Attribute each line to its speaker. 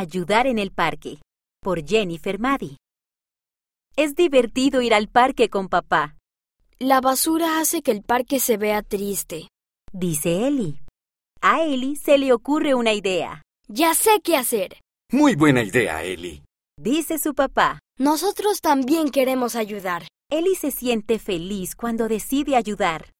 Speaker 1: Ayudar en el parque, por Jennifer Maddy. Es divertido ir al parque con papá,
Speaker 2: La basura hace que el parque se vea triste.
Speaker 1: dice Ellie. A Ellie se le ocurre una idea,
Speaker 2: Ya sé qué hacer.
Speaker 3: Muy buena idea, Ellie.
Speaker 1: dice su papá.
Speaker 2: Nosotros también queremos ayudar.
Speaker 1: Ellie se siente feliz cuando decide ayudar.